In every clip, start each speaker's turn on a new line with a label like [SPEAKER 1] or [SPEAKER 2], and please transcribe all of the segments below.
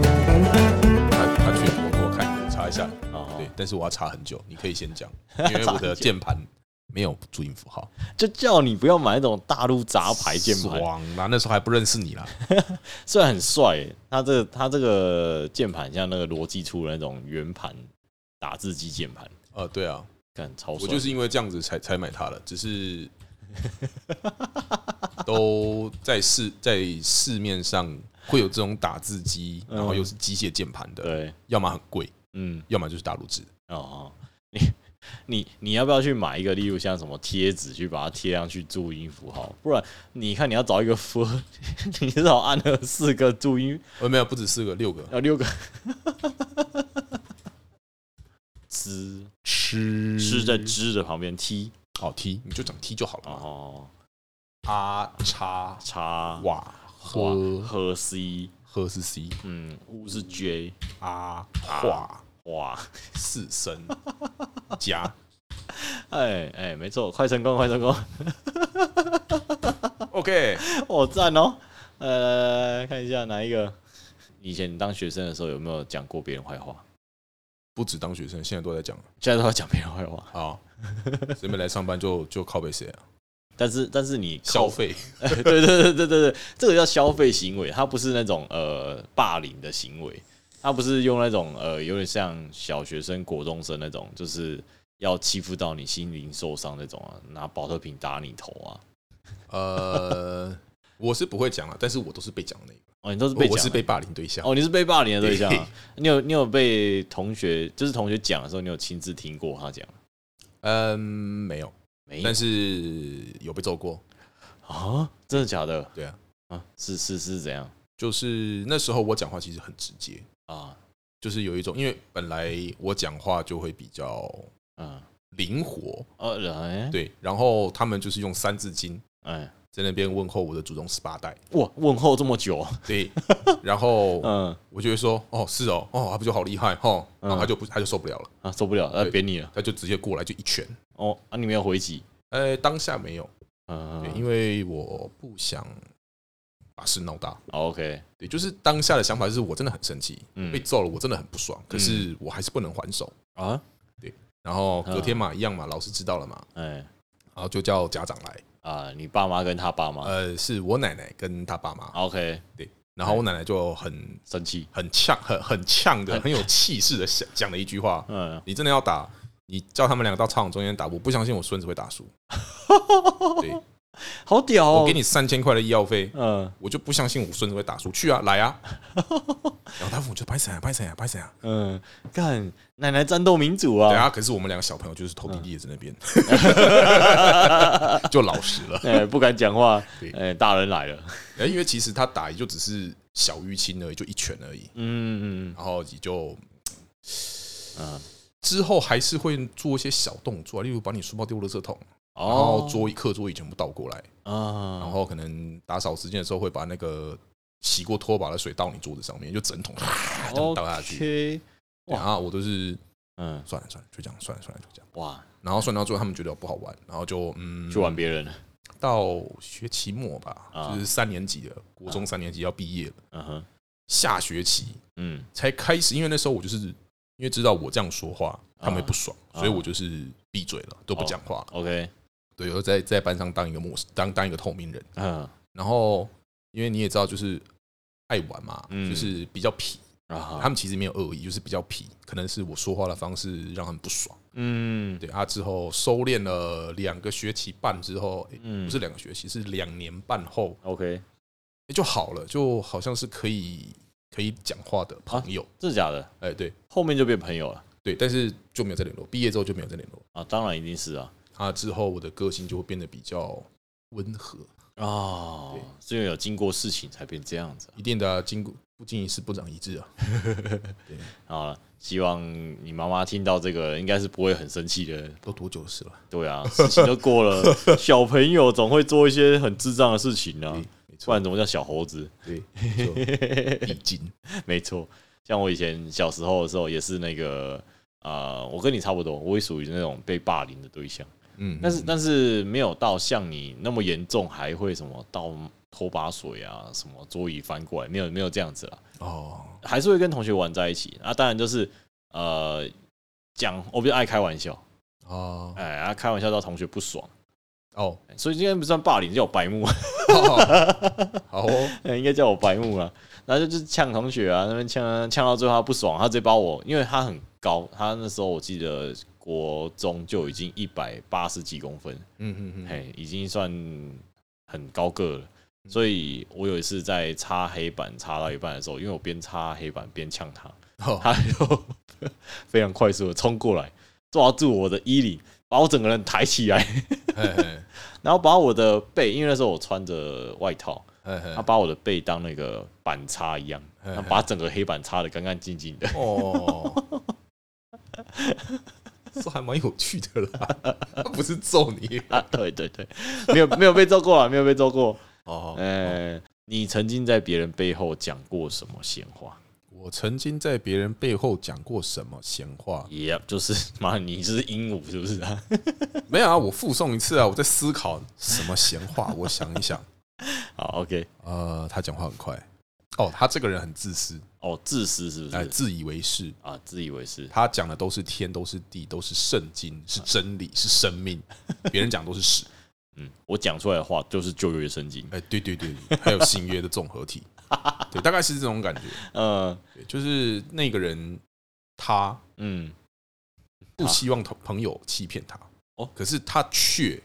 [SPEAKER 1] 他他去我给我看查一下，
[SPEAKER 2] 哦
[SPEAKER 1] 对，但是我要查很久，你可以先讲，因为我的键盘没有注音符号，
[SPEAKER 2] 就叫你不要买那种大陆杂牌键 盘，
[SPEAKER 1] 爽啦！那时候还不认识你啦，
[SPEAKER 2] 虽然很帅欸，它这它这个键盘像那个罗技出的那种圆盘打字机键盘，
[SPEAKER 1] 呃，对啊，
[SPEAKER 2] 干超
[SPEAKER 1] 我
[SPEAKER 2] 帅。
[SPEAKER 1] 就是因为这样子才才买它的，只是 都在市在市面上会有这种打字机，然后又是机械键盘的，
[SPEAKER 2] 对，
[SPEAKER 1] 要么很贵，
[SPEAKER 2] 嗯，
[SPEAKER 1] 要么就是大陆制的。
[SPEAKER 2] 哦哦，你 你你要不要去买一个，例如像什么贴纸，去把它贴上去注音符号？不然你看你要找一个符， 你至少按了四个注音，
[SPEAKER 1] 呃，没有，不止四个，六个。
[SPEAKER 2] 要 六个。之
[SPEAKER 1] 吃
[SPEAKER 2] 是在之的旁边 t
[SPEAKER 1] 好 T，你就讲 T 就好了嘛。
[SPEAKER 2] 哦，
[SPEAKER 1] 啊叉
[SPEAKER 2] 叉
[SPEAKER 1] 哇
[SPEAKER 2] 和
[SPEAKER 1] 呵
[SPEAKER 2] 和 c，
[SPEAKER 1] 呵是 C
[SPEAKER 2] 嗯，u 是 j，
[SPEAKER 1] 啊化
[SPEAKER 2] 哇，
[SPEAKER 1] 四 声加
[SPEAKER 2] 哎哎，没错，快成功，快成功，
[SPEAKER 1] OK，
[SPEAKER 2] 哦，赞哦。呃，看一下哪一个？以前你当学生的时候有没有讲过别人坏话？
[SPEAKER 1] 不止当学生，现在都在 讲
[SPEAKER 2] 现在都要讲别人坏话，
[SPEAKER 1] 啊，谁没来上班就就靠背谁啊，
[SPEAKER 2] 但是但是你
[SPEAKER 1] 消
[SPEAKER 2] 靠，
[SPEAKER 1] 费
[SPEAKER 2] 对对对对对对，这个叫消费行为，它不是那种呃霸凌的行为，它不是用那种呃有点像小学生、国中生那种，就是要欺负到你心灵受伤那种啊，拿保特瓶打你头啊，
[SPEAKER 1] 呃。我是不会讲了，但是我都是被讲的那一
[SPEAKER 2] 哦，你都是被
[SPEAKER 1] 个，
[SPEAKER 2] 讲
[SPEAKER 1] 我
[SPEAKER 2] 的
[SPEAKER 1] 是被霸凌对象。
[SPEAKER 2] 哦，你是被霸凌的对 象
[SPEAKER 1] 嘿
[SPEAKER 2] 啊，你有你有被同学就是同学讲的时候，你有亲自听过他讲吗
[SPEAKER 1] 嗯，没有，
[SPEAKER 2] 没有
[SPEAKER 1] 但是有被揍过。
[SPEAKER 2] 啊？真的假的
[SPEAKER 1] 对啊，
[SPEAKER 2] 啊？是是是怎样
[SPEAKER 1] 就是那时候我讲话其实很直接，
[SPEAKER 2] 啊？
[SPEAKER 1] 就是有一种，因为本来我讲话就会比较
[SPEAKER 2] 嗯，
[SPEAKER 1] 灵活，
[SPEAKER 2] 哦，哎
[SPEAKER 1] 对，然后他们就是用三字经
[SPEAKER 2] 哎，
[SPEAKER 1] 在那边问候我的祖宗十八代，
[SPEAKER 2] 哇，问候这么久，哦
[SPEAKER 1] 对，然后
[SPEAKER 2] 嗯。
[SPEAKER 1] 我就会说，哦，是哦，哦，他不就好厉害哈，然后他就不，他就受不了了，
[SPEAKER 2] 啊，受不了，呃，
[SPEAKER 1] 对
[SPEAKER 2] 扁你了。
[SPEAKER 1] 他就直接过来就一拳，
[SPEAKER 2] 哦，啊，你没有回击，
[SPEAKER 1] 呃，当下没有，
[SPEAKER 2] 嗯，
[SPEAKER 1] 对，
[SPEAKER 2] 为
[SPEAKER 1] 因为我不想把事闹大，
[SPEAKER 2] OK，
[SPEAKER 1] 对，就是当下的想法就是我真的很生气，
[SPEAKER 2] 嗯
[SPEAKER 1] 被揍了我真的很不爽，可是我还是不能还手，
[SPEAKER 2] 啊，
[SPEAKER 1] 然后隔天
[SPEAKER 2] 嗯
[SPEAKER 1] 嘛一样嘛，老师知道了嘛，
[SPEAKER 2] 哎
[SPEAKER 1] 然后就叫家长来。
[SPEAKER 2] 啊，你爸妈跟他爸妈
[SPEAKER 1] 呃，是我奶奶跟她爸
[SPEAKER 2] 嗯
[SPEAKER 1] 妈，
[SPEAKER 2] ，OK，
[SPEAKER 1] 然后我奶奶就很
[SPEAKER 2] 生气，
[SPEAKER 1] 很呛、很很呛的、很有气势的讲讲了一句话
[SPEAKER 2] 嗯：“，
[SPEAKER 1] 你真的要打，你叫他们两个到操场中间打，我不相信我孙子会打输。对
[SPEAKER 2] 好屌哦，
[SPEAKER 1] 我给，你三千块的医药费，
[SPEAKER 2] 嗯
[SPEAKER 1] 我就不相信我孙子会打输。去啊，来啊！”然后他父母就拍谁啊，拍谁啊，拍谁啊？
[SPEAKER 2] 嗯，干奶奶战斗民族
[SPEAKER 1] 对
[SPEAKER 2] 啊，
[SPEAKER 1] 啊，可是我们两个小朋友就是头低低的在那边，就老实了。
[SPEAKER 2] 哎，不敢讲话
[SPEAKER 1] 啊对，
[SPEAKER 2] 哎，大人来了，
[SPEAKER 1] 哎因为其实他打也就只是小淤青而已，就一拳而已，
[SPEAKER 2] 嗯嗯
[SPEAKER 1] 然后也就
[SPEAKER 2] 嗯，
[SPEAKER 1] 之后还是会做一些小动作啊，例如把你书包丢垃圾桶，然后
[SPEAKER 2] 哦，
[SPEAKER 1] 桌椅课桌椅全部倒过来，
[SPEAKER 2] 啊，
[SPEAKER 1] 然后可能打扫时间的时候会把那个洗过拖把的水倒你桌子上面，就整桶这样倒下去。
[SPEAKER 2] OK，哇
[SPEAKER 1] 然后我都是
[SPEAKER 2] 嗯，
[SPEAKER 1] 算了算了，就这样，算了算了，就这样。
[SPEAKER 2] 哇，
[SPEAKER 1] 然后算到最后，他们觉得不好玩，然后就嗯，
[SPEAKER 2] 去玩别人了，
[SPEAKER 1] 到学期末吧，
[SPEAKER 2] 啊
[SPEAKER 1] 就是三年级的国中三年级要毕业了，
[SPEAKER 2] 嗯哼，
[SPEAKER 1] 下学期
[SPEAKER 2] 嗯
[SPEAKER 1] 才开始，因为那时候我就是因为知道我这样说话他们也不爽，
[SPEAKER 2] 啊哦
[SPEAKER 1] 所以我就是闭嘴了，都不讲话了。
[SPEAKER 2] ，OK，
[SPEAKER 1] 对，我在在班上当一个陌生，当当一个透明人。
[SPEAKER 2] 嗯
[SPEAKER 1] 然后，因为你也知道，就是爱玩嘛，
[SPEAKER 2] 嗯
[SPEAKER 1] 就是比较皮。他
[SPEAKER 2] 啊，
[SPEAKER 1] 们其实没有恶意，就是比较皮，可能是我说话的方式让他们不爽。
[SPEAKER 2] 嗯
[SPEAKER 1] 对啊，之后收敛了两个学期半之后，诶
[SPEAKER 2] 嗯，
[SPEAKER 1] 不是两个学期，是两年半后、
[SPEAKER 2] OK，
[SPEAKER 1] 诶就好了，就好像是可以可以讲话的朋友。
[SPEAKER 2] 真的假的？
[SPEAKER 1] 哎、对
[SPEAKER 2] 后面就变朋友了
[SPEAKER 1] 对，但是就没有再联络。毕业之后就没有再联络。
[SPEAKER 2] 啊，当然一定是啊。
[SPEAKER 1] 啊，之后我的个性就会变得比较温和，
[SPEAKER 2] 哦，是因为有经过事情才变这样子。
[SPEAKER 1] 一定的啊、经过不经一事不长一智啊。
[SPEAKER 2] 好了，希望你妈妈听到这个，应该是不会很生气的。
[SPEAKER 1] 都多久的事了？
[SPEAKER 2] 对 啊，事情都过了，小朋友总会做一些很智障的事情啊
[SPEAKER 1] 对，没
[SPEAKER 2] 不
[SPEAKER 1] 错
[SPEAKER 2] 然，怎么叫小猴子？
[SPEAKER 1] 对，没 错必经。
[SPEAKER 2] 没错，像我以前小时候的时候，也是那个啊、呃我跟你差不多，我也属于那种被霸凌的对象。
[SPEAKER 1] 嗯，
[SPEAKER 2] 但是但是没有到像你那么严重，还会什么倒拖把水啊，什么桌椅翻过来，没有没有这样子啦，
[SPEAKER 1] 哦，
[SPEAKER 2] 还是会跟同学玩在一起。啊，当然就是呃讲，我比较爱开玩笑，
[SPEAKER 1] 哦，
[SPEAKER 2] 哎，啊开玩笑到同学不爽，
[SPEAKER 1] 哦，
[SPEAKER 2] 所以今天不算霸凌，叫我白目，
[SPEAKER 1] 好哦，
[SPEAKER 2] 应该叫我白目啦。然后就就是呛同学啊，那边呛啊呛到最后他不爽，他直接把我，因为他很高，他那时候我记得国中就已经一百八十几公分，
[SPEAKER 1] 嗯嗯嗯，
[SPEAKER 2] 嘿，已经算很高个了。所以我有一次在擦黑板擦到一半的时候，因为我边擦黑板边呛他，
[SPEAKER 1] 好，
[SPEAKER 2] 他就 非常快速的冲过来，抓住我的衣领，把我整个人抬起来，
[SPEAKER 1] 嘿嘿
[SPEAKER 2] 然后把我的背，因为那时候我穿着外套，
[SPEAKER 1] 嘿嘿
[SPEAKER 2] 他把我的背当那个板擦一样，
[SPEAKER 1] 嘿
[SPEAKER 2] 他把整个黑板擦的干干净净的。
[SPEAKER 1] 哦，这还蛮有趣的啦，他不是揍你
[SPEAKER 2] 啊，对对对，没有没有被揍过啊，没有被揍过。
[SPEAKER 1] 哦
[SPEAKER 2] 呃，你曾经在别人背后讲过什么闲话？
[SPEAKER 1] 我曾经在别人背后讲过什么闲话？
[SPEAKER 2] 也、yep, 就是妈，你是鹦鹉是不是 啊？
[SPEAKER 1] 没有啊，我附送一次啊，我在思考什么闲话。我想一想，
[SPEAKER 2] 好，OK，
[SPEAKER 1] 呃，他讲话很快，哦，他这个人很自私，
[SPEAKER 2] 哦，自私是不
[SPEAKER 1] 哎，
[SPEAKER 2] 是？
[SPEAKER 1] 自以为是。
[SPEAKER 2] 啊，自以为是，
[SPEAKER 1] 他讲的都是天，都是地，都是圣经，是真理，是生命。别人讲都是屎。
[SPEAKER 2] 嗯，我讲出来的话就是旧约圣经，
[SPEAKER 1] 哎，对对对，还有新约的综合体，对，大概是这种感觉。
[SPEAKER 2] 呃，
[SPEAKER 1] 对，就是那个人他
[SPEAKER 2] 嗯，
[SPEAKER 1] 不希望同朋友欺骗他，
[SPEAKER 2] 啊哦
[SPEAKER 1] 哦，可是他却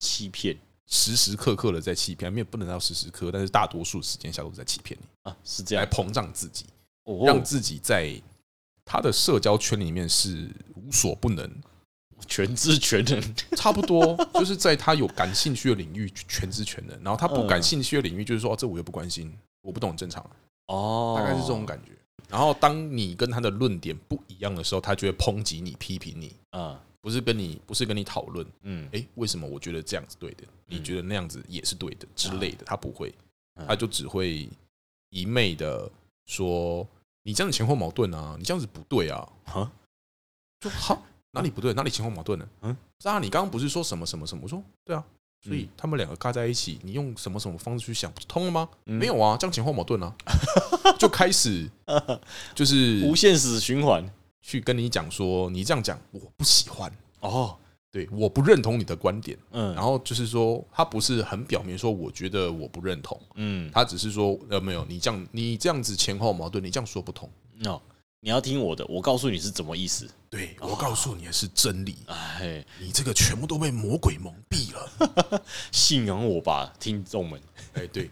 [SPEAKER 2] 欺骗
[SPEAKER 1] 时时刻刻的在欺骗，没有不能到时时刻，但是大多数时间下都是在欺骗你，
[SPEAKER 2] 啊，是这
[SPEAKER 1] 来
[SPEAKER 2] 样，
[SPEAKER 1] 膨胀自己，
[SPEAKER 2] 哦，
[SPEAKER 1] 让自己在他的社交圈里面是无所不能，
[SPEAKER 2] 全知全 能，
[SPEAKER 1] 差不多就是在他有感兴趣的领域全知全能，然后他
[SPEAKER 2] 嗯
[SPEAKER 1] 不感兴趣的领域就是说、哦这我又不关心，我不懂很正常啊，
[SPEAKER 2] 哦，
[SPEAKER 1] 大概是这种感觉。然后当你跟他的论点不一样的时候，他就会抨击你、批评你，
[SPEAKER 2] 觉，啊，
[SPEAKER 1] 不是跟你不是跟你讨论，
[SPEAKER 2] 嗯，
[SPEAKER 1] 诶，为什么我觉得这样子对的，你觉得那样子也是对的之类的，他不会，
[SPEAKER 2] 嗯
[SPEAKER 1] 他就只会一昧的说你这样前后矛盾啊，你这样子不对啊，
[SPEAKER 2] 啊，
[SPEAKER 1] 就好哪里不对，哪里前后矛盾呢？
[SPEAKER 2] 嗯
[SPEAKER 1] 嗯，是啊，你刚刚不是说什么什么什么？我说对啊，所以他们两个尬在一起，你用什么什么方式去想不通了吗？
[SPEAKER 2] 嗯
[SPEAKER 1] 没有啊，这样前后矛盾啊， 就开 始就是
[SPEAKER 2] 无限死循环，
[SPEAKER 1] 去跟你讲说你这样讲我不喜欢，
[SPEAKER 2] 哦，
[SPEAKER 1] 对，我不认同你的观点。
[SPEAKER 2] 嗯
[SPEAKER 1] 然后就是说，他不是很表明说我觉得我不认同，
[SPEAKER 2] 嗯，
[SPEAKER 1] 他只是说呃没有，你这样你这样子前后矛盾，你这样说不通。
[SPEAKER 2] 哦，你要听我的，我告诉你是怎么意思，
[SPEAKER 1] 对
[SPEAKER 2] 哦
[SPEAKER 1] 我告诉你的是真理，
[SPEAKER 2] 哎，
[SPEAKER 1] 你这个全部都被魔鬼蒙蔽了。
[SPEAKER 2] 信仰我吧，听众们，
[SPEAKER 1] 哎， 对，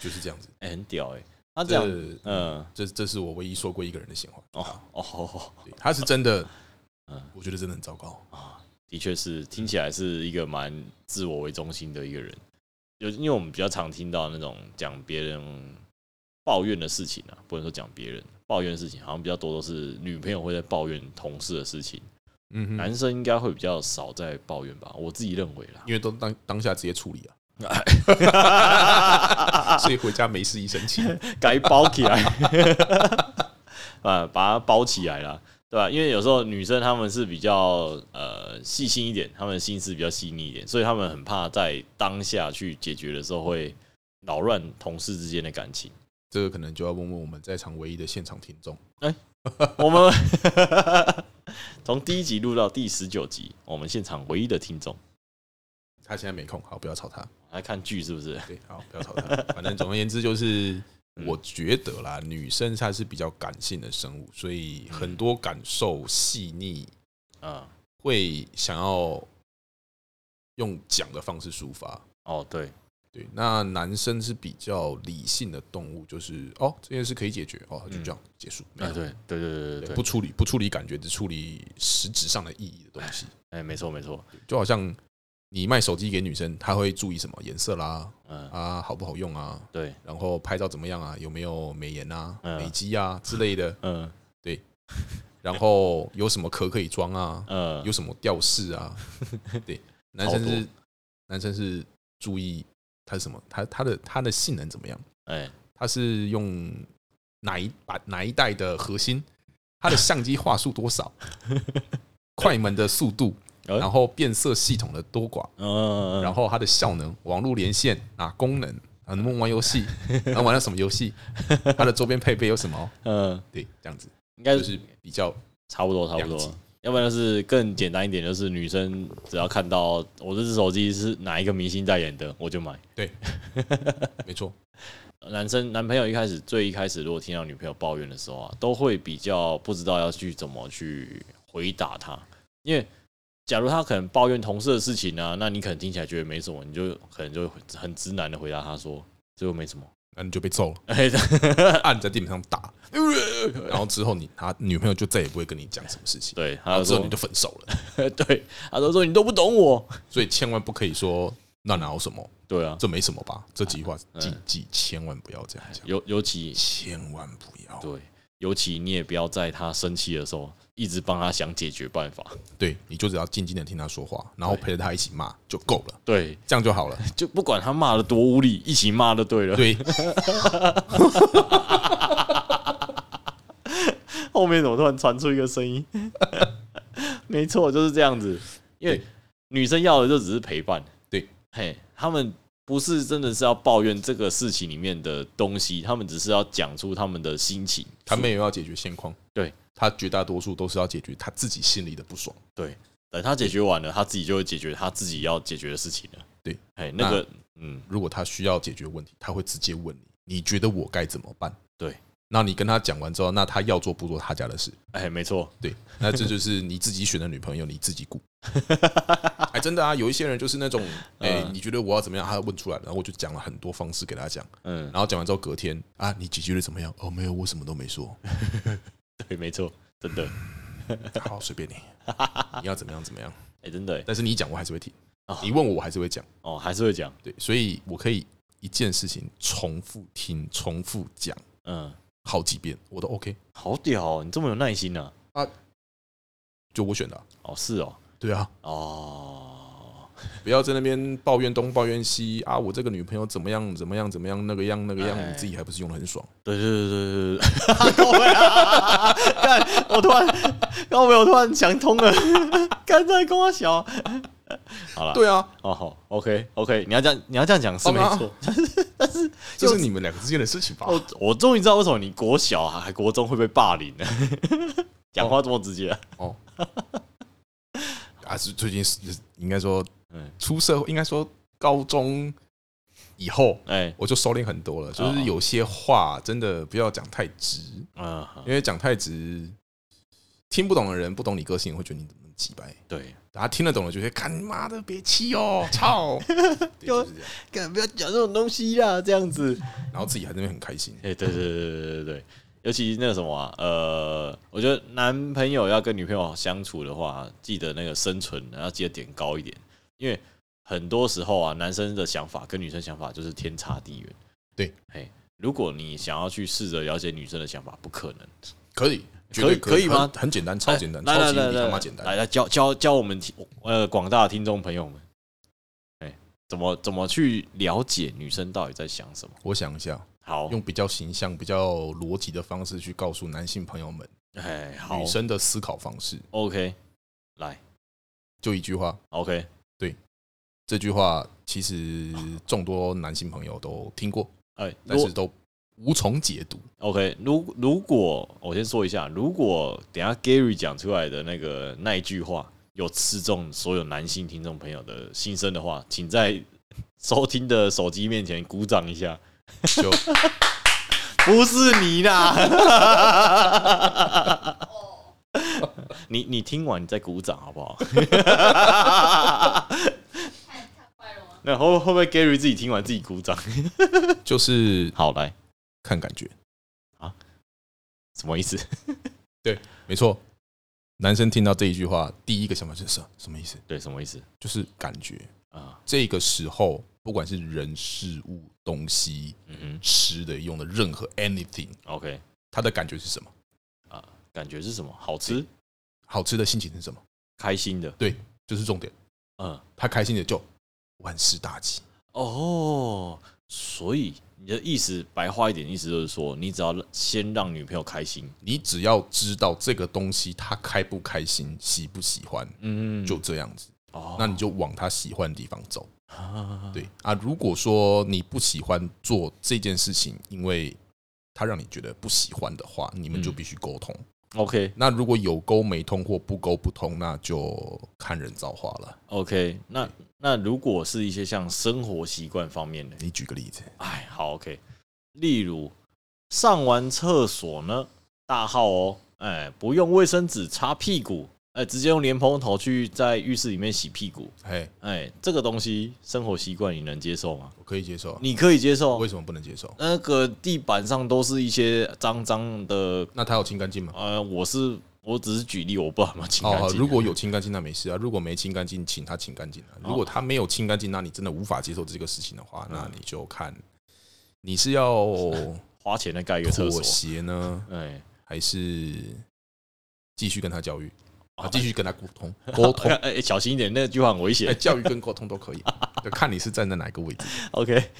[SPEAKER 1] 就是这样子。
[SPEAKER 2] 哎，很屌哎，他这样，
[SPEAKER 1] 这
[SPEAKER 2] 嗯，
[SPEAKER 1] 这这是我唯一说过一个人的闲话。
[SPEAKER 2] 哦哦，
[SPEAKER 1] 对，他是真的
[SPEAKER 2] 嗯，
[SPEAKER 1] 我觉得真的很糟糕。
[SPEAKER 2] 的确是听起来是一个蛮自我为中心的一个人，就因为我们比较常听到那种讲别人抱怨的事情啊，不能说讲别人抱怨的事情，好像比较多都是女朋友会在抱怨同事的事情，
[SPEAKER 1] 嗯哼，
[SPEAKER 2] 男生应该会比较少在抱怨吧，我自己认为
[SPEAKER 1] 因为都当当下直接处理
[SPEAKER 2] 啦
[SPEAKER 1] 啊，，所以回家没事一生气。
[SPEAKER 2] 该包起来， 啊，把它包起来啦，对吧、因为有时候女生她们是比较呃细心一点，她们的心思比较细腻一点，所以她们很怕在当下去解决的时候会扰乱同事之间的感 情。
[SPEAKER 1] 这个可能就要问问我们在场唯一的现场听众。
[SPEAKER 2] 我们 从第一集录到第十九集，我们现场唯一的听众
[SPEAKER 1] 他现在没空，好，不要吵他。
[SPEAKER 2] 来看剧是不是？
[SPEAKER 1] 对，好，不要吵他。反正总而言之，就是
[SPEAKER 2] 嗯
[SPEAKER 1] 我觉得啦，女生她是比较感性的生物，所以很多感受细腻，
[SPEAKER 2] 嗯，
[SPEAKER 1] 会想要用讲的方式抒发。
[SPEAKER 2] 哦对，
[SPEAKER 1] 对，那男生是比较理性的动物，就是哦，这件事可以解决，哦，就这样结束，没
[SPEAKER 2] 啊
[SPEAKER 1] 有
[SPEAKER 2] 对对对对对
[SPEAKER 1] 对
[SPEAKER 2] 对，
[SPEAKER 1] 不处理不处理感觉，只处理实质上的意义的东西。
[SPEAKER 2] 哎、没错没错，
[SPEAKER 1] 就好像你卖手机给女生，她会注意什么颜色啦，
[SPEAKER 2] 嗯
[SPEAKER 1] 啊，好不好用啊，
[SPEAKER 2] 对，
[SPEAKER 1] 然后拍照怎么样啊？有没有美颜啊、
[SPEAKER 2] 嗯
[SPEAKER 1] 美肌啊之类的？
[SPEAKER 2] 嗯
[SPEAKER 1] 然后有什么壳可以装啊？
[SPEAKER 2] 嗯，
[SPEAKER 1] 有什么吊饰 啊？对，男生
[SPEAKER 2] 好
[SPEAKER 1] 是男生是注意他是什么？他他的他的性能怎么样？
[SPEAKER 2] 哎、
[SPEAKER 1] 他是用哪一把哪一 代的核心？他的相机画素多少？快门的速度？
[SPEAKER 2] 呃
[SPEAKER 1] 然后变色系统的多寡，
[SPEAKER 2] 嗯嗯，嗯
[SPEAKER 1] 然后它的效能、网络连线啊、功能啊，能不能玩游 戏，能玩了什么游戏，它的周边配备有什么，
[SPEAKER 2] 嗯，
[SPEAKER 1] 对，这样子
[SPEAKER 2] 应该
[SPEAKER 1] 就是是比较
[SPEAKER 2] 差不多差不
[SPEAKER 1] 两集
[SPEAKER 2] 多。要不然就是更简单一点，就是女生只要看到我这只手机是哪一个明星代言的，我就买。
[SPEAKER 1] 没错。
[SPEAKER 2] 男生男朋友一开始最一开始，如果听到女朋友抱怨的时候啊，都会比较不知道要去怎么去回答她，因为假如她可能抱怨同事的事情啊，那你可能听起来觉得没什么，你就可能就很直男的回答她说：“这又没什么。，
[SPEAKER 1] 那你就被揍了
[SPEAKER 2] 哎”
[SPEAKER 1] 按在地板上 打，然后之后你他女朋友就再也不会跟你讲什么事情，
[SPEAKER 2] 对，
[SPEAKER 1] 然
[SPEAKER 2] 他
[SPEAKER 1] 后
[SPEAKER 2] 就
[SPEAKER 1] 之后
[SPEAKER 2] 说
[SPEAKER 1] 你就分手了。：“
[SPEAKER 2] 对，啊他就说你都不懂我。
[SPEAKER 1] 所以千万不可以说那哪有什么，”
[SPEAKER 2] 对啊，
[SPEAKER 1] 这没什么吧？这句话
[SPEAKER 2] 嗯
[SPEAKER 1] 记记千万不要这样讲，
[SPEAKER 2] 尤尤其
[SPEAKER 1] 千万不要。
[SPEAKER 2] 哎对，尤其你也不要在他生气的时候一直帮他想解决办法。
[SPEAKER 1] 对，你就只要静静的听他说话，然后
[SPEAKER 2] 对
[SPEAKER 1] 陪着他一起骂就够了，
[SPEAKER 2] 对，
[SPEAKER 1] 这样就好了。
[SPEAKER 2] 就不管他骂的多无理，一起骂就 对了。
[SPEAKER 1] 对，
[SPEAKER 2] 后面怎么突然传出一个声音？ 没错，就是这样子。因为
[SPEAKER 1] 对
[SPEAKER 2] 女生要的就只是陪伴，
[SPEAKER 1] 对，
[SPEAKER 2] 嘿，他们不是真的是要抱怨这个事情里面的东西，他们只是要讲出他们的心情。
[SPEAKER 1] 他没有要解决现况，
[SPEAKER 2] 对
[SPEAKER 1] 他绝大多数都是要解决他自己心里的不爽。
[SPEAKER 2] 等他解决完了，他自己就会解决他自己要解决的事情了。
[SPEAKER 1] 对，
[SPEAKER 2] 哎，那个，嗯，
[SPEAKER 1] 如果他需要解决问题，他会直接问你，你觉得我该怎么办？
[SPEAKER 2] 对，
[SPEAKER 1] 那你跟他讲完之后，那他要做不做他家的事，
[SPEAKER 2] 哎，没错，
[SPEAKER 1] 对，那这就是你自己选的女朋友，你自己顾。哎，真的啊，有一些人就是那种，哎，
[SPEAKER 2] 嗯
[SPEAKER 1] 你觉得我要怎么样？他问出来，然后我就讲了很多方式给他讲，
[SPEAKER 2] 嗯，
[SPEAKER 1] 然后讲完之后隔天啊，你解决的怎么样？哦，没有，我什么都没说。
[SPEAKER 2] 对，没错，真的，
[SPEAKER 1] 好，随便你，你要怎么样怎么样。
[SPEAKER 2] 哎，真的，
[SPEAKER 1] 但是你讲我还是会听
[SPEAKER 2] 哦，
[SPEAKER 1] 你问我我还是会讲。
[SPEAKER 2] 哦，还是会讲，
[SPEAKER 1] 对，所以我可以一件事情重复听、重复讲
[SPEAKER 2] 嗯，
[SPEAKER 1] 好几遍，我都 OK。
[SPEAKER 2] 好屌哦，你这么有耐心呢？
[SPEAKER 1] 就我选的啊、
[SPEAKER 2] 哦，是哦，
[SPEAKER 1] 对啊，
[SPEAKER 2] 哦，
[SPEAKER 1] 不要在那边抱怨东抱怨西啊！我这个女朋友怎么样怎么样怎么样，那个样那个样，
[SPEAKER 2] 哎
[SPEAKER 1] 你自己还不是用的很爽？
[SPEAKER 2] 对对对对对 对，对干！我突然，刚我突然想通了， 干在跟我小，好了，
[SPEAKER 1] 对啊，
[SPEAKER 2] 哦好，OK OK，你要这样你要这样讲是没
[SPEAKER 1] 好吧
[SPEAKER 2] 错，
[SPEAKER 1] 这是你哦们两个之间的事情吧？
[SPEAKER 2] 我我终于知道为什么你国小啊还国中会被霸凌了，讲话这么直接、啊，
[SPEAKER 1] 哦，啊，是最近是应该说
[SPEAKER 2] 嗯，
[SPEAKER 1] 出社会，应该说高中以后，
[SPEAKER 2] 哎，
[SPEAKER 1] 我就收敛很多了。就是
[SPEAKER 2] 哦
[SPEAKER 1] 有些话真的不要讲太直，
[SPEAKER 2] 嗯，好
[SPEAKER 1] 因为讲太直，听不懂的人不懂你个性，会觉得你怎么几白。
[SPEAKER 2] 对，
[SPEAKER 1] 他听得懂了，就会看妈的别气哦，操！对， 就是这样。
[SPEAKER 2] 干不要讲这种东西啦，这样子，
[SPEAKER 1] 然后自己还在那边很开心，
[SPEAKER 2] 哎，对对对对对对对，尤其那个什么、啊，呃，我觉得男朋友要跟女朋友相处的话，啊记得那个生存要记得点高一点，因为很多时候啊，男生的想法跟女生想法就是天差地远。
[SPEAKER 1] 对，
[SPEAKER 2] 哎，如果你想要去试着了解女生的想法，不可能，
[SPEAKER 1] 可以，绝
[SPEAKER 2] 可以
[SPEAKER 1] 对
[SPEAKER 2] 可以吗哎
[SPEAKER 1] 很很简单，超简单，
[SPEAKER 2] 来来
[SPEAKER 1] 超级无
[SPEAKER 2] 来
[SPEAKER 1] 敌他
[SPEAKER 2] 来
[SPEAKER 1] 妈
[SPEAKER 2] 来
[SPEAKER 1] 简
[SPEAKER 2] 来
[SPEAKER 1] 单。
[SPEAKER 2] 来教教教我们听呃广大的听众朋友们，哎，怎么怎么去了解女生到底在想什么？
[SPEAKER 1] 我想一下，
[SPEAKER 2] 好，
[SPEAKER 1] 用比较形象、比较逻辑的方式去告诉男性朋友们
[SPEAKER 2] 哎好
[SPEAKER 1] 女生的思考方式，
[SPEAKER 2] ，OK，来
[SPEAKER 1] 就一句话。
[SPEAKER 2] OK，
[SPEAKER 1] 这句话其实众多男性朋友都听过，
[SPEAKER 2] 哎，
[SPEAKER 1] 但
[SPEAKER 2] 如果
[SPEAKER 1] 是都无从解读。
[SPEAKER 2] OK，如如果我先说一下，如果等一下 Gary 讲出来的那个那一句话有刺中所有男性听众朋友的心声的话，请在 收听的手机面前鼓掌一下。
[SPEAKER 1] 就
[SPEAKER 2] 不是你啦， 你你听完你再鼓掌好不好？
[SPEAKER 3] 太太坏了吗？
[SPEAKER 2] 那会会不会 Gary 自己听完自己鼓掌？
[SPEAKER 1] 就是
[SPEAKER 2] 好，来，
[SPEAKER 1] 看感觉，
[SPEAKER 2] 什么意思？
[SPEAKER 1] 没错。男生听到这一句话，第一个想法就是什么意思？
[SPEAKER 2] 对，什么意思
[SPEAKER 1] 就是感觉。
[SPEAKER 2] 啊？
[SPEAKER 1] 这个时候，不管是人、事物、东西、
[SPEAKER 2] 嗯
[SPEAKER 1] 吃的、用的，任何 anything，
[SPEAKER 2] 哼，OK，
[SPEAKER 1] 他的感觉是什么？
[SPEAKER 2] 感觉是什么？好吃，
[SPEAKER 1] 好吃的心情是什么？
[SPEAKER 2] 开心的，
[SPEAKER 1] 就是重点。
[SPEAKER 2] 嗯。
[SPEAKER 1] 他开心的就万事大吉。
[SPEAKER 2] 哦，所以你的意思白话一点，意思就是说，你只要先让女朋友开心，
[SPEAKER 1] 你只要知道这个东西他开不开心、喜不喜欢，
[SPEAKER 2] 嗯，
[SPEAKER 1] 就这样子，
[SPEAKER 2] 哦，
[SPEAKER 1] 那你就往他喜欢的地方走。
[SPEAKER 2] 啊
[SPEAKER 1] 对啊，如果说你不喜欢做这件事情，因为他让你觉得不喜欢的话，你们就
[SPEAKER 2] 嗯
[SPEAKER 1] 必须沟通。
[SPEAKER 2] ，OK
[SPEAKER 1] 那如果有沟没通或不沟不通，那就看人造化了。
[SPEAKER 2] OK，那那如果是一些像生活习惯方面的，
[SPEAKER 1] 你举个例子，
[SPEAKER 2] 哎，好 OK，例如上完厕所呢，大号哦，哎，不用卫生纸擦屁股，哎，直接用莲蓬头去在浴室里面洗屁股，
[SPEAKER 1] 哎，
[SPEAKER 2] 哎，这个东西生活习惯你能接受吗？
[SPEAKER 1] 我可以接受，啊
[SPEAKER 2] 你可以接受
[SPEAKER 1] 为，什么不能接受？
[SPEAKER 2] 那个地板上都是一些脏脏的，
[SPEAKER 1] 那他有清干净吗？
[SPEAKER 2] 呃，我是我只是举例，我不知道有没有清
[SPEAKER 1] 哦，
[SPEAKER 2] 干
[SPEAKER 1] 好
[SPEAKER 2] 净。啊
[SPEAKER 1] 如果有清干净，那没事啊；如果没清干净，请他清干净啊。
[SPEAKER 2] 哦
[SPEAKER 1] 如果他没有清干净，那你真的无法接受这个事情的话，
[SPEAKER 2] 嗯
[SPEAKER 1] 那你就看你是要
[SPEAKER 2] 花钱来盖一个厕
[SPEAKER 1] 妥
[SPEAKER 2] 所，
[SPEAKER 1] 协呢，
[SPEAKER 2] 哎，
[SPEAKER 1] 还是继续跟他教育啊
[SPEAKER 2] 哦，
[SPEAKER 1] 继续跟他沟 通沟
[SPEAKER 2] 哎
[SPEAKER 1] 通。
[SPEAKER 2] 哎，小心一点，那句话很 危
[SPEAKER 1] 哎，
[SPEAKER 2] 险。
[SPEAKER 1] 教育跟沟通都可以，就看你是站在哪个位置。
[SPEAKER 2] OK，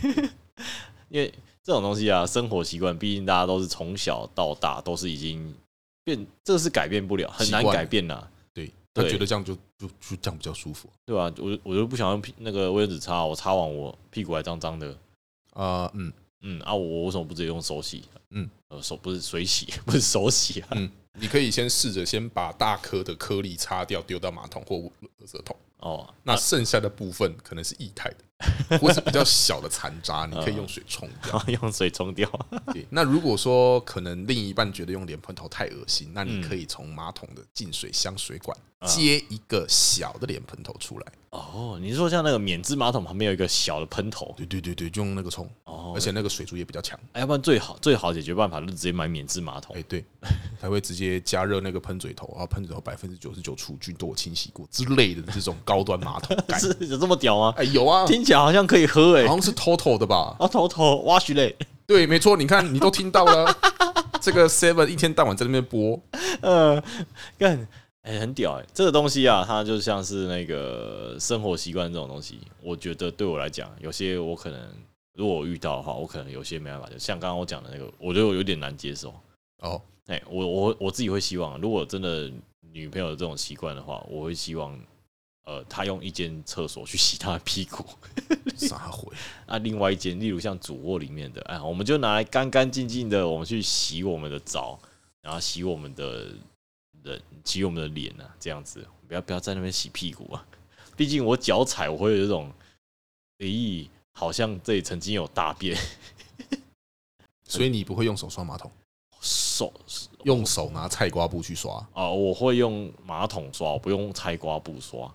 [SPEAKER 2] 因为这种东西啊，生活习惯，毕竟大家都是从小到大都是已经变，这个是改变不了，很难
[SPEAKER 1] 习惯了
[SPEAKER 2] 改变啦，
[SPEAKER 1] 对他
[SPEAKER 2] 对
[SPEAKER 1] 觉得这样就就就这样比较舒服
[SPEAKER 2] 对吧、我就我就不想用屁那个卫生纸擦，我擦完我屁股还脏脏的。
[SPEAKER 1] 啊、嗯，
[SPEAKER 2] 嗯啊，我为什么不直接用手洗？
[SPEAKER 1] 嗯，
[SPEAKER 2] 呃，手不是水洗， 不是手洗啊。
[SPEAKER 1] 你可以先试着先把大颗的颗粒擦掉，丢到马桶或垃圾桶。
[SPEAKER 2] 哦，
[SPEAKER 1] 那剩下的部分可能是液态 的，或是比较小的残渣，你可以用水冲掉。
[SPEAKER 2] 然后用水冲掉。
[SPEAKER 1] 对，那如果说可能另一半觉得用脸盆头太恶心，那你可以从马桶的进水箱水管
[SPEAKER 2] 嗯
[SPEAKER 1] 接一个小的脸盆头出来。
[SPEAKER 2] 哦，你是说像那个免治马桶旁边有一个小的喷头？
[SPEAKER 1] 对对对对，就用那个冲，
[SPEAKER 2] 哦，
[SPEAKER 1] 而且那个水柱也比较强。
[SPEAKER 2] 哎要不然最好最好解决办法就是直接买免治马桶
[SPEAKER 1] 哎，。 对，它会直接加热那个喷嘴头，然啊后喷嘴头百分之九十九除菌都有清洗过之类的这种高端马桶盖。
[SPEAKER 2] 是有这么屌吗？
[SPEAKER 1] 哎，有啊，
[SPEAKER 2] 听起来好像可以喝哎、
[SPEAKER 1] 好像是 Total 的吧？
[SPEAKER 2] 啊，头头挖血 嘞，
[SPEAKER 1] 对，没错，你看你都听到了， 这个 Seven 一天到晚在那边播，
[SPEAKER 2] 呃，干，哎、很屌哎、这个东西啊，它就像是那个生活习惯这种东西，我觉得对我来讲，有些我可能如果我遇到的话，我可能有些没办法，就像刚刚我讲的那个，我觉得我有点难接受。
[SPEAKER 1] 哦，
[SPEAKER 2] 哎、我我我自己会希望，如果真的女朋友有这种习惯的话，我会希望，呃，她用一间厕所去洗她的屁股，
[SPEAKER 1] 撒回
[SPEAKER 2] 啊，另外一间，例如像主卧里面的，哎，我们就拿来干干净净的，我们去洗我们的澡，然后洗我们的人，洗我们的脸啊，这样子，不要不要在那边洗屁股啊，毕竟我脚踩，我会有一种，咦、好像这里曾经有大便，
[SPEAKER 1] 所以你不会用手刷马桶，
[SPEAKER 2] 手
[SPEAKER 1] 用手拿菜瓜布去刷，
[SPEAKER 2] 啊、我会用马桶刷，我不用菜瓜布刷，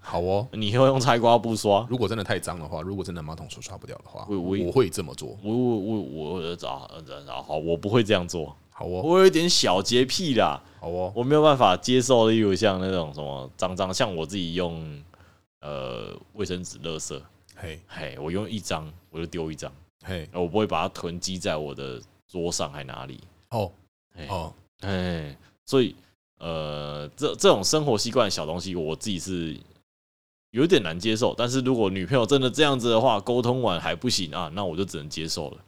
[SPEAKER 1] 好哦。
[SPEAKER 2] 你会用菜瓜布刷？
[SPEAKER 1] 如果真的太脏的话，如果真的马桶刷刷不掉的话，
[SPEAKER 2] 我我
[SPEAKER 1] 我会这么做，
[SPEAKER 2] 我我我我我找找好，我不会这样做，
[SPEAKER 1] 好哦，
[SPEAKER 2] 我有一点小洁癖啦。
[SPEAKER 1] 好哦，
[SPEAKER 2] 我没有办法接受，例如像那种什么脏脏，像我自己用呃卫生纸、垃圾，
[SPEAKER 1] 嘿
[SPEAKER 2] 嘿，我用一张我就丢一张，
[SPEAKER 1] 嘿，
[SPEAKER 2] 我不会把它囤积在我的桌上还哪里，
[SPEAKER 1] 哦
[SPEAKER 2] 嘿，
[SPEAKER 1] 哦，
[SPEAKER 2] 嘿，所以呃，这这种生活习惯的小东西，我自己是有点难接受。但是如果女朋友真的这样子的话，沟通完还不行啊，那我就只能接受了。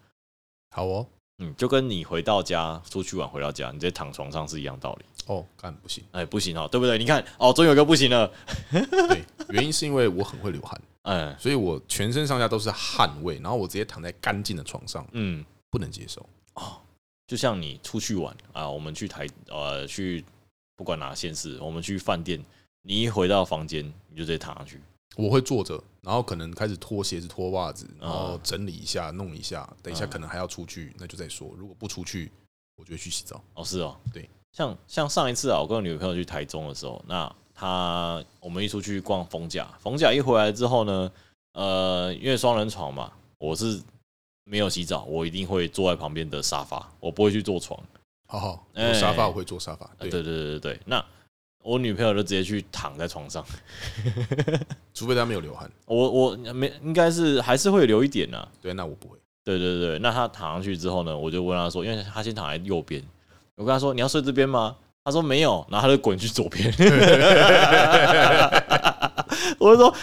[SPEAKER 1] 好哦，
[SPEAKER 2] 嗯，就跟你回到家出去玩回到家，你直接躺床上是一样道理。
[SPEAKER 1] 哦，干不行。
[SPEAKER 2] 哎、不行哦，对不对？你看哦，终于有个不行了。
[SPEAKER 1] 对，原因是因为我很会流汗，
[SPEAKER 2] 哎，
[SPEAKER 1] 所以我全身上下都是汗味，然后我直接躺在干净的床上，
[SPEAKER 2] 嗯，
[SPEAKER 1] 不能接受。
[SPEAKER 2] 就像你出去玩啊，我们去台呃去不管哪县市，我们去饭店，你一回到房间你就直接躺上去，
[SPEAKER 1] 我会坐着，然后可能开始脱鞋子、脱袜子，然后整理一下、弄一下。等一下
[SPEAKER 2] 嗯
[SPEAKER 1] 可能还要出去，那就再说。如果不出去，我就会去洗澡。
[SPEAKER 2] 哦是哦，
[SPEAKER 1] 对，
[SPEAKER 2] 像像上一次啊，我跟我女朋友去台中的时候，那她我们一出去逛逢甲，逢甲一回来之后呢，呃，因为双人床嘛，我是没有洗澡，我一定会坐在旁边的沙发，我不会去坐床，
[SPEAKER 1] 好好，
[SPEAKER 2] 哎
[SPEAKER 1] 有沙发我会坐沙发。
[SPEAKER 2] 呃
[SPEAKER 1] 啊对，
[SPEAKER 2] 对对对对对，那我女朋友就直接去躺在床上。
[SPEAKER 1] 除非他没有流汗，
[SPEAKER 2] 我我没应该是还是会留一点呢、啊
[SPEAKER 1] 对，那我不会。
[SPEAKER 2] 对对对，那他躺上去之后呢，我就问他说，因为他先躺在右边，我跟他说你要睡这边吗？他说 没有，然后他就滚去左边。我就说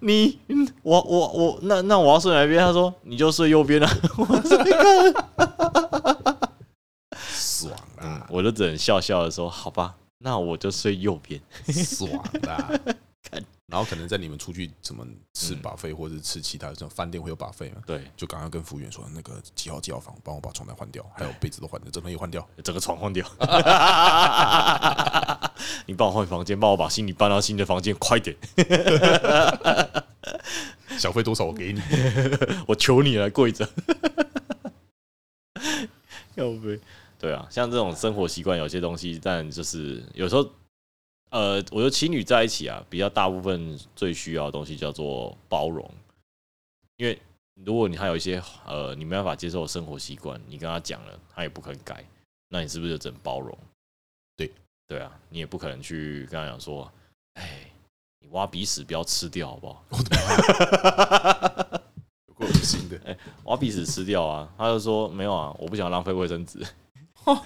[SPEAKER 2] 你嗯我我我那那我要睡哪边？他说你就睡右边啊，我这个，
[SPEAKER 1] 爽
[SPEAKER 2] 嗯
[SPEAKER 1] 啦，，
[SPEAKER 2] 我就只能笑笑的说好吧，那我就睡右边。
[SPEAKER 1] 嗯爽 啦。然后可能在你们出去什么吃把费，或者是吃其他什么饭店会有把费吗？
[SPEAKER 2] 对，
[SPEAKER 1] 就赶快跟服务员说，那个几号几号房，帮我把床单换掉，还有被子都换掉，枕头也换掉。
[SPEAKER 2] 整个床换掉， 你帮我换房间，帮我把行李搬到新的房间，快点，
[SPEAKER 1] 小费多少我给你。
[SPEAKER 2] 我求你了，跪着。 要不，对啊，像这种生活习惯，有些东西，但就是有时候，呃，我觉得情侣在一起啊，比较大部分最需要的东西叫做包容，因为如果你还有一些呃你没办法接受的生活习惯，你跟他讲了，他也不肯改，那你是不是就只能包容？
[SPEAKER 1] 对，
[SPEAKER 2] 对啊，你也不可能去跟他讲说，哎，你挖鼻屎不要吃掉，好不 好？
[SPEAKER 1] 我的妈，有够恶心的。
[SPEAKER 2] 挖鼻屎吃掉啊！ 他就说没有啊，我不想浪费卫生纸。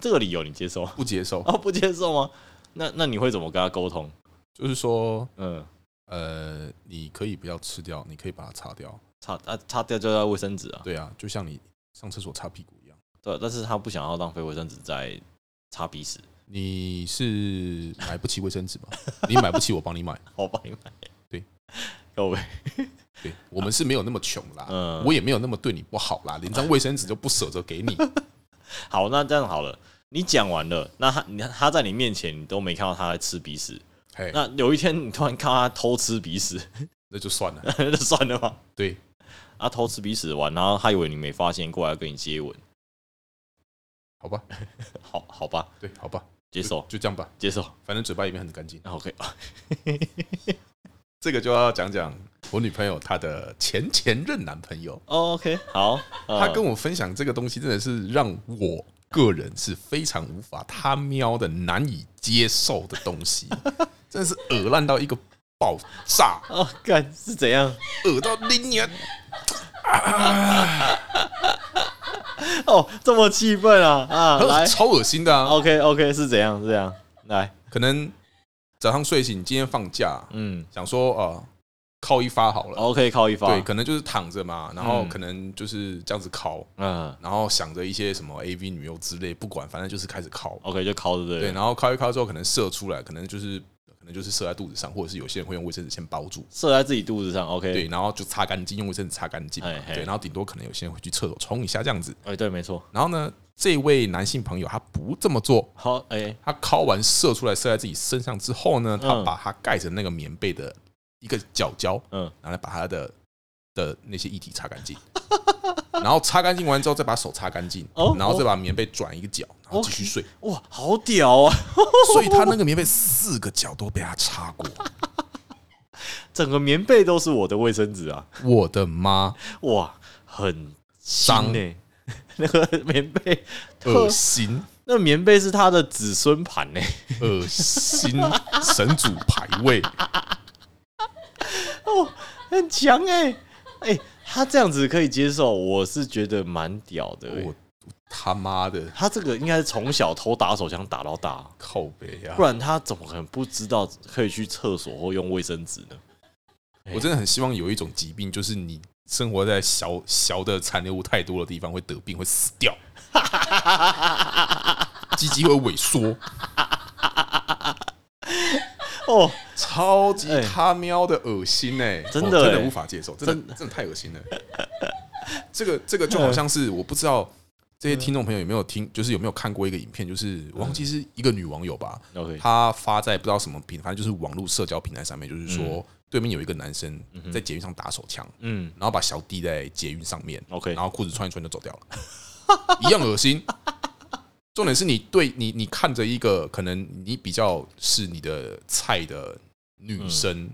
[SPEAKER 2] 这个理由你接受吗
[SPEAKER 1] 不接受，
[SPEAKER 2] 啊？不接受吗？那那你会怎么跟他沟通？
[SPEAKER 1] 就是说，
[SPEAKER 2] 嗯，
[SPEAKER 1] 呃，你可以不要吃掉，你可以把它擦掉。
[SPEAKER 2] 擦啊擦掉就要卫生纸啊，
[SPEAKER 1] 对啊，就像你上厕所擦屁股一样。
[SPEAKER 2] 对，但是他不想要浪费卫生纸在擦鼻屎，
[SPEAKER 1] 你是买不起卫生纸吗？你买不起，我帮你买。
[SPEAKER 2] 我帮你买。
[SPEAKER 1] 对，
[SPEAKER 2] 要不，
[SPEAKER 1] 对我们是没有那么穷啦，
[SPEAKER 2] 嗯
[SPEAKER 1] 我也没有那么对你不好啦，连张卫生纸都不舍得给 你。
[SPEAKER 2] 好，那这样好了，你讲完了，那他你他在你面前你都没看到他在吃鼻屎，
[SPEAKER 1] 嘿，那
[SPEAKER 2] 那有一天你突然看到他偷吃鼻屎，
[SPEAKER 1] 那就算了。
[SPEAKER 2] 那就算了吧。
[SPEAKER 1] 对，
[SPEAKER 2] 啊，偷吃鼻屎完，然后他以为你没发现，过来跟你接吻，
[SPEAKER 1] 好吧，
[SPEAKER 2] 好好吧，
[SPEAKER 1] 对，好吧，
[SPEAKER 2] 接受
[SPEAKER 1] 就就这样吧，
[SPEAKER 2] 接受
[SPEAKER 1] 反正嘴巴里面很干净。
[SPEAKER 2] 啊，OK 啊，
[SPEAKER 1] 这个就要讲讲我女朋友她的前前任男朋友，
[SPEAKER 2] 哦 OK，好，呃
[SPEAKER 1] 她跟我分享这个东西，真的是让我个人是非常无法他喵的难以接受的东西， 真的是恶烂到一个爆炸，
[SPEAKER 2] 哦，干是怎样？
[SPEAKER 1] 恶到拎你啊！
[SPEAKER 2] 哦，这么气愤啊啊，来
[SPEAKER 1] 超恶心的啊！
[SPEAKER 2] ，OK OK 是怎样？是这样，来，
[SPEAKER 1] 可能早上睡醒，今天放假，
[SPEAKER 2] 嗯
[SPEAKER 1] 想说啊，靠一发好了。
[SPEAKER 2] ，OK 靠一发，
[SPEAKER 1] 对，可能就是躺着嘛，然后
[SPEAKER 2] 嗯
[SPEAKER 1] 可能就是这样子靠，
[SPEAKER 2] 嗯
[SPEAKER 1] 然后想着一些什么 AV 女优之类，不管，反正就是开始靠。
[SPEAKER 2] ，OK 就靠着对
[SPEAKER 1] 对，
[SPEAKER 2] 了，
[SPEAKER 1] 然后靠一靠之后，可能射出来，可能就是可能就是射在肚子上，或者是有些人会用卫生纸先包住。
[SPEAKER 2] 射在自己肚子上，OK，
[SPEAKER 1] 对，，然后就擦干净，用卫生纸擦干净嘛
[SPEAKER 2] 嘿。嘿
[SPEAKER 1] 对，然后顶多可能有些人会去厕所冲一下这样子。
[SPEAKER 2] 哎对，没错，
[SPEAKER 1] 然后呢，这位男性朋友他不这么做，
[SPEAKER 2] 好，哎，
[SPEAKER 1] 他敲完射出来，射在自己身上之后呢，他
[SPEAKER 2] 嗯
[SPEAKER 1] 把它盖成那个棉被的一个角胶，
[SPEAKER 2] 嗯
[SPEAKER 1] 拿来把他的的那些液体擦 干净，然后擦干净完之后再把手擦干净
[SPEAKER 2] 哦，
[SPEAKER 1] 然后再把棉被转一个角，然后继续睡。
[SPEAKER 2] 哇，好屌啊，
[SPEAKER 1] 所以他那个棉被四个角都被他擦过，
[SPEAKER 2] 整个棉被都是我的卫生纸啊，
[SPEAKER 1] 我的妈，
[SPEAKER 2] 哇，很
[SPEAKER 1] 脏
[SPEAKER 2] 脏呢， 那个棉被特
[SPEAKER 1] 恶心，
[SPEAKER 2] 那棉被是他的子孙盘欸呢，
[SPEAKER 1] 恶心，神主牌位，
[SPEAKER 2] 很强哎、哎、他这样子可以接受，我是觉得蛮屌的、欸
[SPEAKER 1] 我。他妈的
[SPEAKER 2] 他这个应该是从小偷打手枪打到大，
[SPEAKER 1] 靠背啊
[SPEAKER 2] 不！然他怎么可能不知道可以去厕所或用卫生纸呢？
[SPEAKER 1] 我真的很希望有一种疾病，就是你生活在小小的残留物太多的地方，会得病，会死掉，鸡鸡会萎缩，
[SPEAKER 2] 哦，
[SPEAKER 1] 超级
[SPEAKER 2] 哎
[SPEAKER 1] 他喵的恶心哎、
[SPEAKER 2] 真
[SPEAKER 1] 我
[SPEAKER 2] 的
[SPEAKER 1] 真
[SPEAKER 2] 哎
[SPEAKER 1] 的无法接受，真的
[SPEAKER 2] 真
[SPEAKER 1] 真的太恶心了。这个这个就好像是我不知道这些听众朋友有没有听，就是有没有看过一个影片，就是我忘记是一个女网友吧，
[SPEAKER 2] OK
[SPEAKER 1] 她发在不知道什么平台，反正就是网络社交平台上面，就是说对面有一个男生在捷运上打手枪，
[SPEAKER 2] 嗯
[SPEAKER 1] 然后把小弟在捷运上面
[SPEAKER 2] OK
[SPEAKER 1] 然后裤子穿一穿就走掉了，一样恶心。重点是你对你你看着一个可能你比较是你的菜的女生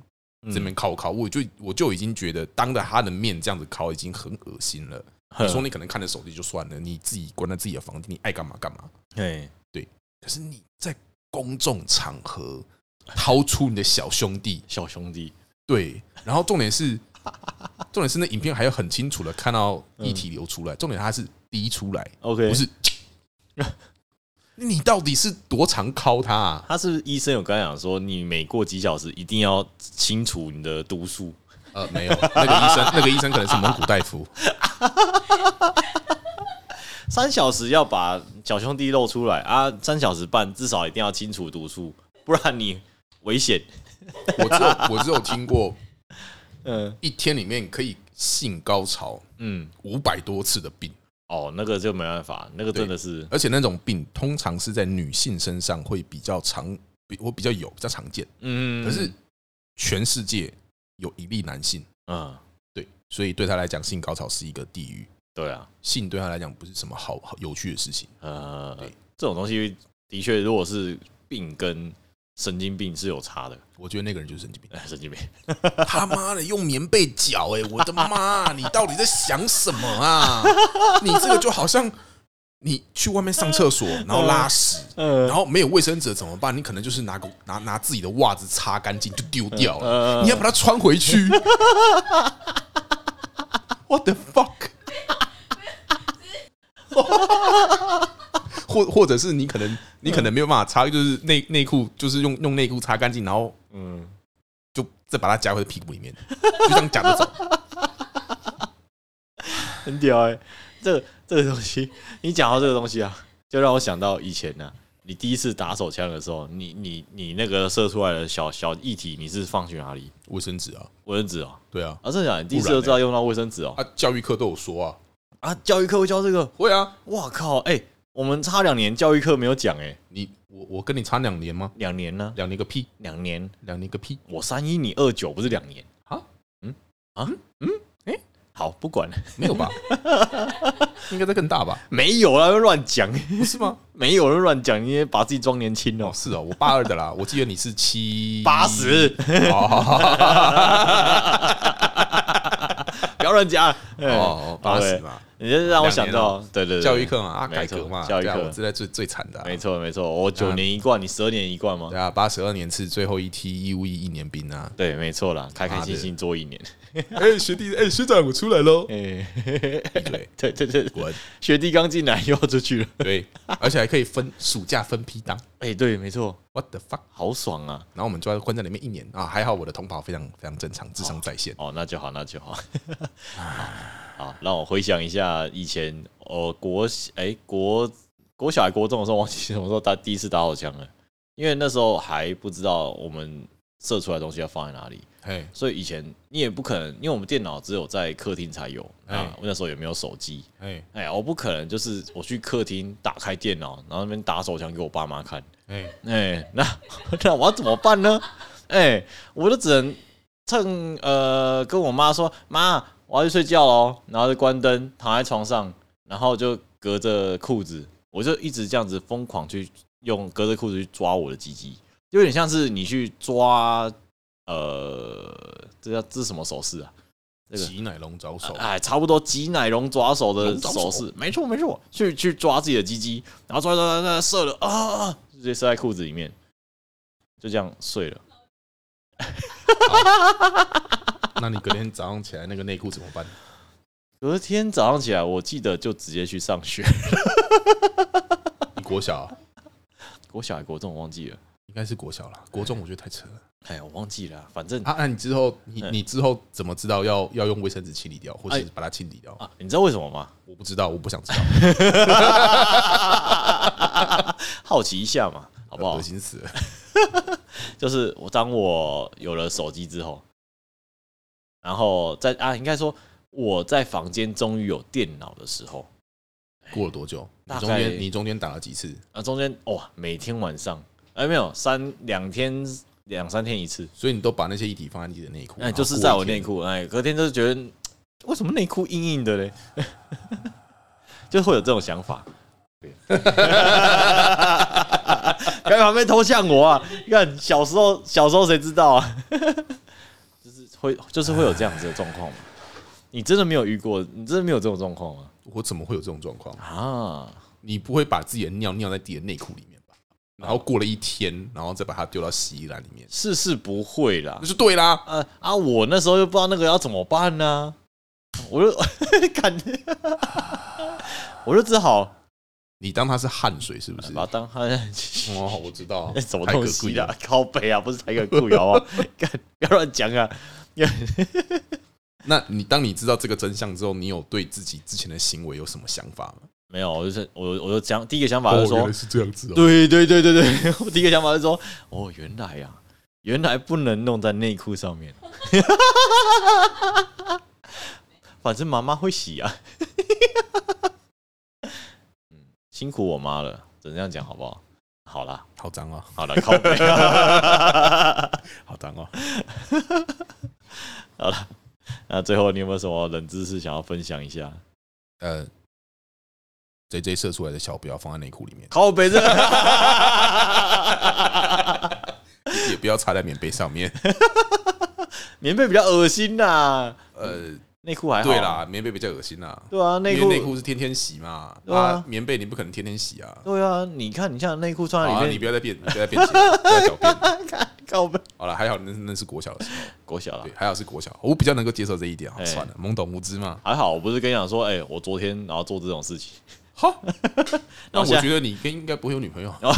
[SPEAKER 2] 嗯
[SPEAKER 1] 这边靠靠，我就我就已经觉得当着她的面这样子靠已经很恶心了。
[SPEAKER 2] 哼
[SPEAKER 1] 你 说你可能看着手机就算了，你自己关在自己的房间，你爱干嘛干嘛。
[SPEAKER 2] 哎，
[SPEAKER 1] 可是你在公众场合掏出你的小兄弟，
[SPEAKER 2] 小兄弟，
[SPEAKER 1] 对，然后重点是，重点是那影片还有很清楚的
[SPEAKER 2] 嗯
[SPEAKER 1] 看到液体流出来，重点它是滴出来，
[SPEAKER 2] OK，
[SPEAKER 1] 不是你到底是多常敲他、啊？
[SPEAKER 2] 他是不是医生有跟他讲说，你每过几小时一定要清除你的毒素。
[SPEAKER 1] 呃，没有，那个医 生，那个医生可能是蒙古大夫。
[SPEAKER 2] 三小时要把小兄弟露出来啊，三小时半至少一定要清除毒素，不然你危险。
[SPEAKER 1] 我只有我只有听过
[SPEAKER 2] 嗯
[SPEAKER 1] 一天里面可以性高潮
[SPEAKER 2] 嗯，
[SPEAKER 1] 五百多次的病，
[SPEAKER 2] 哦，那个就没办法，那个真的是
[SPEAKER 1] 而且那种病通常是在女性身上会比较常，比我比较有比较常见。
[SPEAKER 2] 嗯，
[SPEAKER 1] 可是全世界有一例男性，
[SPEAKER 2] 嗯，
[SPEAKER 1] 对，所以对他来讲，性高潮是一个地狱，
[SPEAKER 2] 对啊，
[SPEAKER 1] 性对他来讲不是什么好好有趣的事情。
[SPEAKER 2] 呃
[SPEAKER 1] 对，
[SPEAKER 2] 这种东西的确，如果是病跟神经病是有差的，，
[SPEAKER 1] 我觉得那个人就是神经病
[SPEAKER 2] 哎，神经病，
[SPEAKER 1] 他妈的用棉被绞，哎，我的妈！你到底在想什么啊？你这个就好像你去外面上厕所，然后拉屎，
[SPEAKER 2] 呃
[SPEAKER 1] 然后没有卫生纸怎么办？你可能就是拿个拿拿自己的袜子擦干净就丢掉了，
[SPEAKER 2] 呃
[SPEAKER 1] 你要把它穿回去。What the fuck？或或者是你可能你可能没有办法擦，就是内内裤就是用用内裤擦干净，然后
[SPEAKER 2] 嗯，
[SPEAKER 1] 就再把它夹回屁股里面， 就这样夹着走。
[SPEAKER 2] 很屌哎、这个这个东西，你讲到这个东西啊，就让我想到以前呢、啊你第一次打手枪的时候，你你你那个射出来的小小液体，你是放去哪里？
[SPEAKER 1] 卫生纸啊，
[SPEAKER 2] 卫生纸哦，
[SPEAKER 1] 对啊，
[SPEAKER 2] 啊，真的假的？你第一次
[SPEAKER 1] 不然
[SPEAKER 2] 就
[SPEAKER 1] 呢
[SPEAKER 2] 知道用到卫生纸哦？
[SPEAKER 1] 啊，教育课都有说啊，
[SPEAKER 2] 啊，教育课会教这个？
[SPEAKER 1] 会啊，
[SPEAKER 2] 哇靠！哎、我们差两年教育课没有讲哎、
[SPEAKER 1] 你我我跟你差两年吗？
[SPEAKER 2] 两年呢、
[SPEAKER 1] 两年个屁，
[SPEAKER 2] 两年，
[SPEAKER 1] 两年个屁，
[SPEAKER 2] 我三一你二九，不是两年
[SPEAKER 1] 啊？
[SPEAKER 2] 嗯啊嗯哎、好，不管了，
[SPEAKER 1] 没有吧？ 应该再更大吧？
[SPEAKER 2] 没有啦，乱讲，
[SPEAKER 1] 不哦是吗？
[SPEAKER 2] 没有人乱讲，你也把自己装年轻
[SPEAKER 1] 哦，
[SPEAKER 2] 哦，
[SPEAKER 1] 是哦，我八二的啦，我记得你是七
[SPEAKER 2] 八。十。
[SPEAKER 1] 哦
[SPEAKER 2] 不要乱讲。啊哎
[SPEAKER 1] 哦，八十
[SPEAKER 2] 对
[SPEAKER 1] 嘛，
[SPEAKER 2] 你这让我想
[SPEAKER 1] 两
[SPEAKER 2] 到，对对对，
[SPEAKER 1] 教育课嘛，啊，
[SPEAKER 2] 没
[SPEAKER 1] 改
[SPEAKER 2] 错
[SPEAKER 1] 革嘛，
[SPEAKER 2] 教育
[SPEAKER 1] 对啊
[SPEAKER 2] 课
[SPEAKER 1] 我这代最最惨的啊，
[SPEAKER 2] 没错没错，我九年一贯，你十二年一贯吗
[SPEAKER 1] 对？啊，八十二年次最后一梯义务役一年兵啊，
[SPEAKER 2] 对，没错啦，开开心心做一年。
[SPEAKER 1] 哎，学弟，哎，学长，我出来喽，
[SPEAKER 2] 哎，
[SPEAKER 1] 对，
[SPEAKER 2] 对对对，
[SPEAKER 1] 滚，
[SPEAKER 2] 学弟刚进来又要出去了。
[SPEAKER 1] 对，而且还可以分暑假分批当
[SPEAKER 2] 哎，对，没错，
[SPEAKER 1] ，what the fuck？
[SPEAKER 2] 好爽啊！
[SPEAKER 1] 然后我们就要关在里面一年啊，还好我的同袍非常非常正常，智商在线，
[SPEAKER 2] 哦，那就好，那就好。 好，好让我回想一下以前，呃，国小哎、国国小还国中的时候，忘记什么时候打第一次打手枪了，因为那时候还不知道我们射出来的东西要放在哪里，
[SPEAKER 1] 嘿，
[SPEAKER 2] 所以以前你也不可能，因为我们电脑只有在客厅才有，
[SPEAKER 1] 哎
[SPEAKER 2] 啊，我那时候也没有手机，
[SPEAKER 1] 哎，
[SPEAKER 2] 哎呀，我不可能就是我去客厅打开电脑，然后那边打手枪给我爸妈看，
[SPEAKER 1] 哎，
[SPEAKER 2] 哎、那 那我要怎么办呢？哎、我就只能趁呃跟我妈说，妈，我要去睡觉喽，然后就关灯，躺在床上，然后就隔着裤子，我就一直这样子疯狂去用隔着裤子去抓我的鸡鸡，有点像是你去抓呃，这叫这是什么手势啊？这个
[SPEAKER 1] 挤奶龙招手，
[SPEAKER 2] 哎，差不多挤奶龙抓手的
[SPEAKER 1] 龙抓
[SPEAKER 2] 手
[SPEAKER 1] 手
[SPEAKER 2] 势，没错没错，去去抓自己的鸡鸡，然后抓抓抓抓射了啊啊，啊直接射在裤子里面，就这样睡了。
[SPEAKER 1] 那你隔天早上起来那个内裤怎么办？
[SPEAKER 2] 隔天早上起来，我记得就直接去上学，
[SPEAKER 1] 你国小啊
[SPEAKER 2] 国小还国中我忘记了，
[SPEAKER 1] 应该是国小啦，国中我觉得太扯了。
[SPEAKER 2] 哎，我忘记了，反正
[SPEAKER 1] 啊，那你之后你
[SPEAKER 2] 嗯
[SPEAKER 1] 你之后怎么知道要要用卫生纸清理掉，或是
[SPEAKER 2] 哎
[SPEAKER 1] 把它清理掉？
[SPEAKER 2] 啊，你知道为什么 吗？
[SPEAKER 1] 我不知道，我不想知道，
[SPEAKER 2] 好奇一下嘛，好不好
[SPEAKER 1] 恶？心死了。
[SPEAKER 2] 就是我当我有了手机之后，然后在啊，应该说我在房间终于有电脑的时候。
[SPEAKER 1] 过了多久？你
[SPEAKER 2] 大
[SPEAKER 1] 中
[SPEAKER 2] 概
[SPEAKER 1] 间你中间打了几次？
[SPEAKER 2] 啊，中间哇，每天晚上，哎、没有三两天两三天一次，
[SPEAKER 1] 所以你都把那些液体放在你的内裤，
[SPEAKER 2] 哎、就是
[SPEAKER 1] 然
[SPEAKER 2] 在
[SPEAKER 1] 后过
[SPEAKER 2] 我
[SPEAKER 1] 一天
[SPEAKER 2] 内。裤，哎、隔天就是觉得为什么内裤硬硬的嘞， 就会有这种想法。 不要在旁边偷向我啊！你看小时候，小时候谁知道啊？ 就是会，就是会有这样子的状况嘛。你真的没有遇过？你真的没有这种状况吗？
[SPEAKER 1] 我怎么会有这种状况？
[SPEAKER 2] 啊，
[SPEAKER 1] 你不会把自己的尿尿在自己的内裤里面吧？
[SPEAKER 2] 嗯
[SPEAKER 1] 然后过了一天，然后再把它丢到洗衣篮里面，
[SPEAKER 2] 是是不会啦
[SPEAKER 1] 那，就对啦。
[SPEAKER 2] 呃啊，我那时候就不知道那个要怎么办 呢、我就感，我就只好
[SPEAKER 1] 你当它是汗水是不是？
[SPEAKER 2] 把它当他，
[SPEAKER 1] 哦，我知道啊
[SPEAKER 2] 呃 哎什么
[SPEAKER 1] 台
[SPEAKER 2] 东
[SPEAKER 1] 可
[SPEAKER 2] 西
[SPEAKER 1] 贵
[SPEAKER 2] 啦，靠背啊，不是台个裤摇啊， 干不要乱讲啊！
[SPEAKER 1] 那你当你知道这个真相之后，你有对自己之前的行为有什么想法吗？哦
[SPEAKER 2] 没有，我就是我我就讲第一个想法就是说，
[SPEAKER 1] 是这样子，
[SPEAKER 2] 对对对对对， 我第一个想法是说，哦，原来呀、原来不能弄在内裤上面， 反正妈妈会洗啊。 嗯，辛苦我妈了，只能这样讲好不好？好啦，
[SPEAKER 1] 好脏啊，
[SPEAKER 2] 好啦，靠背、
[SPEAKER 1] 好脏
[SPEAKER 2] 哦
[SPEAKER 1] 啊！
[SPEAKER 2] 好了，那最后你有没有什么冷知识想要分享一下？
[SPEAKER 1] 呃，J J 射出来的小不要放在内裤里面，
[SPEAKER 2] 靠北这，
[SPEAKER 1] 也不要插在棉被上面。
[SPEAKER 2] 棉被比较恶心呐、
[SPEAKER 1] 呃，
[SPEAKER 2] 内裤还好。啊
[SPEAKER 1] 对，啦，棉被比较恶心啦，
[SPEAKER 2] 对啊，
[SPEAKER 1] 因
[SPEAKER 2] 内
[SPEAKER 1] 为
[SPEAKER 2] 裤
[SPEAKER 1] 内裤是天天洗嘛，
[SPEAKER 2] 对啊
[SPEAKER 1] 啊，棉被你不可能天天洗啊。
[SPEAKER 2] 对啊，你看你像内裤
[SPEAKER 1] 好
[SPEAKER 2] 穿
[SPEAKER 1] 啊，
[SPEAKER 2] 在
[SPEAKER 1] 你不
[SPEAKER 2] 里 面，
[SPEAKER 1] 要再变，不要再变形了，不要狡辩。
[SPEAKER 2] 靠背
[SPEAKER 1] 好了，还好那那是国小的时候，
[SPEAKER 2] 国小了
[SPEAKER 1] 对，，还好是国小，我比较能够接受这一点。好
[SPEAKER 2] 哎
[SPEAKER 1] 算了，懵懂无知嘛。
[SPEAKER 2] 还好我不是跟你讲说，哎、我昨天然后做这种事 情，
[SPEAKER 1] 好， 那
[SPEAKER 2] 那我
[SPEAKER 1] 我
[SPEAKER 2] 现在
[SPEAKER 1] 觉得你应该不会有女朋友。啊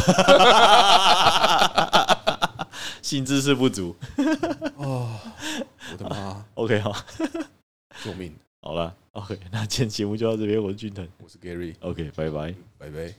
[SPEAKER 2] 性知识不足。
[SPEAKER 1] 哦，我的妈！
[SPEAKER 2] OK 好，
[SPEAKER 1] 救命！
[SPEAKER 2] 好了，OK，那今天节目就到这边，我是俊腾
[SPEAKER 1] 我是 Gary，
[SPEAKER 2] ，OK，拜拜。
[SPEAKER 1] 拜拜。